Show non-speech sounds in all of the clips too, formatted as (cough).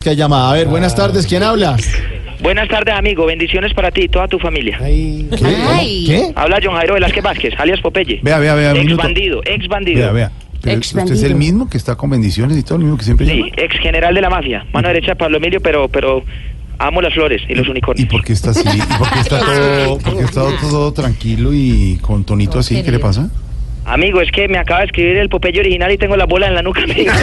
¿Qué llamada? A ver, buenas tardes, ¿quién habla? Buenas tardes, amigo. Bendiciones para ti y toda tu familia. Ay, ¿Qué? ¿Cómo? Ay. ¿Qué? Habla John Jairo Velázquez Vázquez, alias Popeye. Vea, vea, vea. un ex minuto. bandido, ex bandido. Vea, vea. Pero Ex usted es el bandido. mismo que está con bendiciones y todo, el mismo que siempre Sí, llama. ex general de la mafia. Mano derecha de Pablo Emilio, pero, pero amo las flores y los ¿Y unicornios. por qué está así? ¿Y por qué está todo, por qué está todo tranquilo y con tonito así? ¿Qué le pasa? Amigo, es que me acaba de escribir el Popeye original y tengo la bola en la nuca. amigo. (laughs)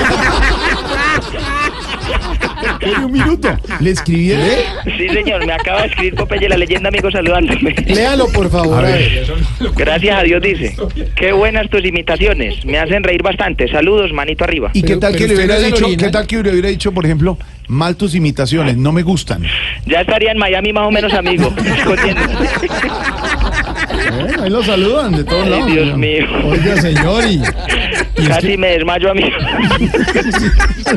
Tiene un minuto. ¿Le escribí? ¿Eh? sí, señor, me acaba de escribir Popeye la leyenda, amigo, saludándome. Léalo, por favor. A a ver. ver. Gracias a Dios, dice. Qué buenas tus imitaciones. Me hacen reír bastante. Saludos, manito arriba. ¿Y qué Pero- tal pero que le usted no hubiera es el dicho, original. qué tal que le hubiera dicho, por ejemplo, mal tus imitaciones, no me gustan? Ya estaría en Miami más o menos, amigo. escondiéndome. Bueno, ahí lo saludan de todos Ay, lados. Dios oiga. mío. Oiga, señor, y, y es Casi que me desmayo, amigo.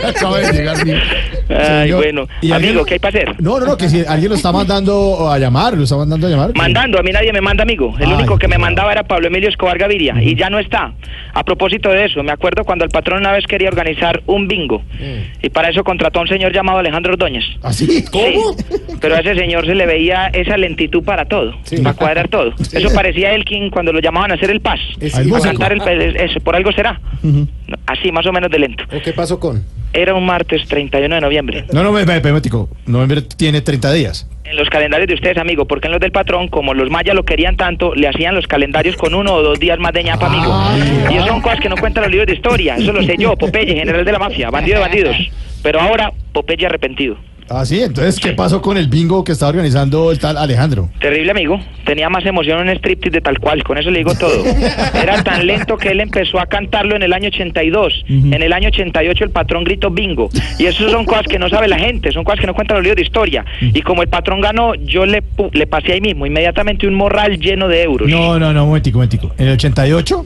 acaba de llegar. mi- Ay, señor. bueno. ¿Y Amigo, alguien- ¿qué hay para hacer? No, no, no, que si alguien lo está mandando a llamar, lo está mandando a llamar. que- Mandando, a mí nadie me manda, amigo. El Ay, único que me qué mandaba era Pablo Emilio Escobar Gaviria y ya no está. A propósito de eso, me acuerdo cuando el patrón una vez quería organizar un bingo Mm. y para eso contrató a un señor llamado Alejandro Ordóñez. ¿Así? Sí, pero a ese señor se le veía esa lentitud para todo, Sí. para cuadrar todo. (laughs) Sí. Eso parecía el quien cuando lo llamaban a hacer el pas, Es a músico. cantar el pe- eso, por algo será. Ujú. No, Así, más o menos de lento. ¿O qué pasó con? Era un martes 31 de noviembre. No, no, me, me, me, tico, Noviembre tiene 30 días. En los calendarios de ustedes, amigo, porque en los del patrón, como los mayas lo querían tanto, le hacían los calendarios con uno o dos días más de ñapa, amigo. Ay. Y eso son cosas que no cuentan los libros de historia. Eso lo sé yo, Popeye, general de la mafia, bandido de bandidos. Pero ahora, Popeye arrepentido. Ah, sí, entonces, ¿qué pasó con el bingo que está organizando el tal Alejandro? Terrible, amigo. Tenía más emoción en striptease de tal cual, con eso le digo (laughs) todo. Era tan lento que él empezó a cantarlo en el año 82. Ujú. En el año 88 el patrón gritó bingo. Y eso son cosas que no sabe la gente, son cosas que no cuentan los libros de historia. Y como el patrón ganó, yo le, pu- le pasé ahí mismo, inmediatamente un morral lleno de euros. No, no, no, un momentico, un momentico. ¿En el 88?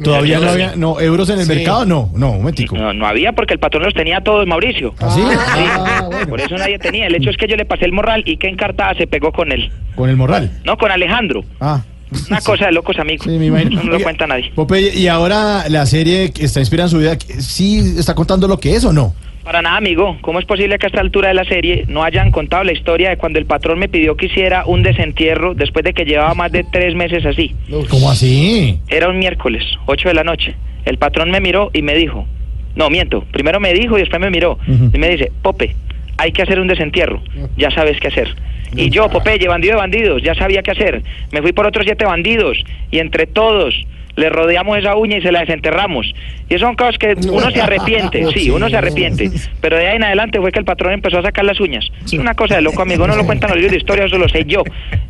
Todavía no había, no, euros en el mercado, no, no, un momentico. No, no había porque el patrón los tenía todos, Mauricio. ¿Así? Ah, Sí, Ah, bueno. Por eso nadie tenía. El hecho es que yo le pasé el morral y que encartada se pegó con él. Con el morral. No, con Alejandro. Ah. Una cosa de locos, amigos. Sí, me imagino. No lo Oiga, cuenta nadie. Popeye, y ahora la serie que está inspirada en su vida, ¿sí está contando lo que es o no? Para nada, amigo. ¿Cómo es posible que a esta altura de la serie no hayan contado la historia de cuando el patrón me pidió que hiciera un desentierro después de que llevaba más de tres meses así? ¿Cómo así? Era un miércoles, 8 de la noche. El patrón me miró y me dijo, no, miento, primero me dijo y después me miró. Ujú. Y me dice, Pope, hay que hacer un desentierro, ya sabes qué hacer. Y yo, Popeye, bandido de bandidos, ya sabía qué hacer. Me fui por otros siete bandidos y entre todos le rodeamos esa uña y se la desenterramos. Y eso son cosas que uno se arrepiente, sí, uno se arrepiente. Pero de ahí en adelante fue que el patrón empezó a sacar las uñas. Es una cosa de loco, amigo, no lo cuentan los libros de historia, eso lo sé yo.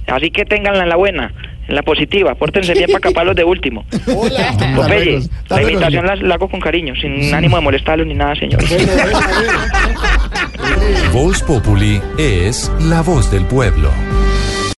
Así que ténganla en la buena, en la positiva, pórtense bien para capar los de último. Hola. Popeye, la invitación la, la hago con cariño, sin ánimo de molestarlos ni nada, señor. Voz Populi es la voz del pueblo.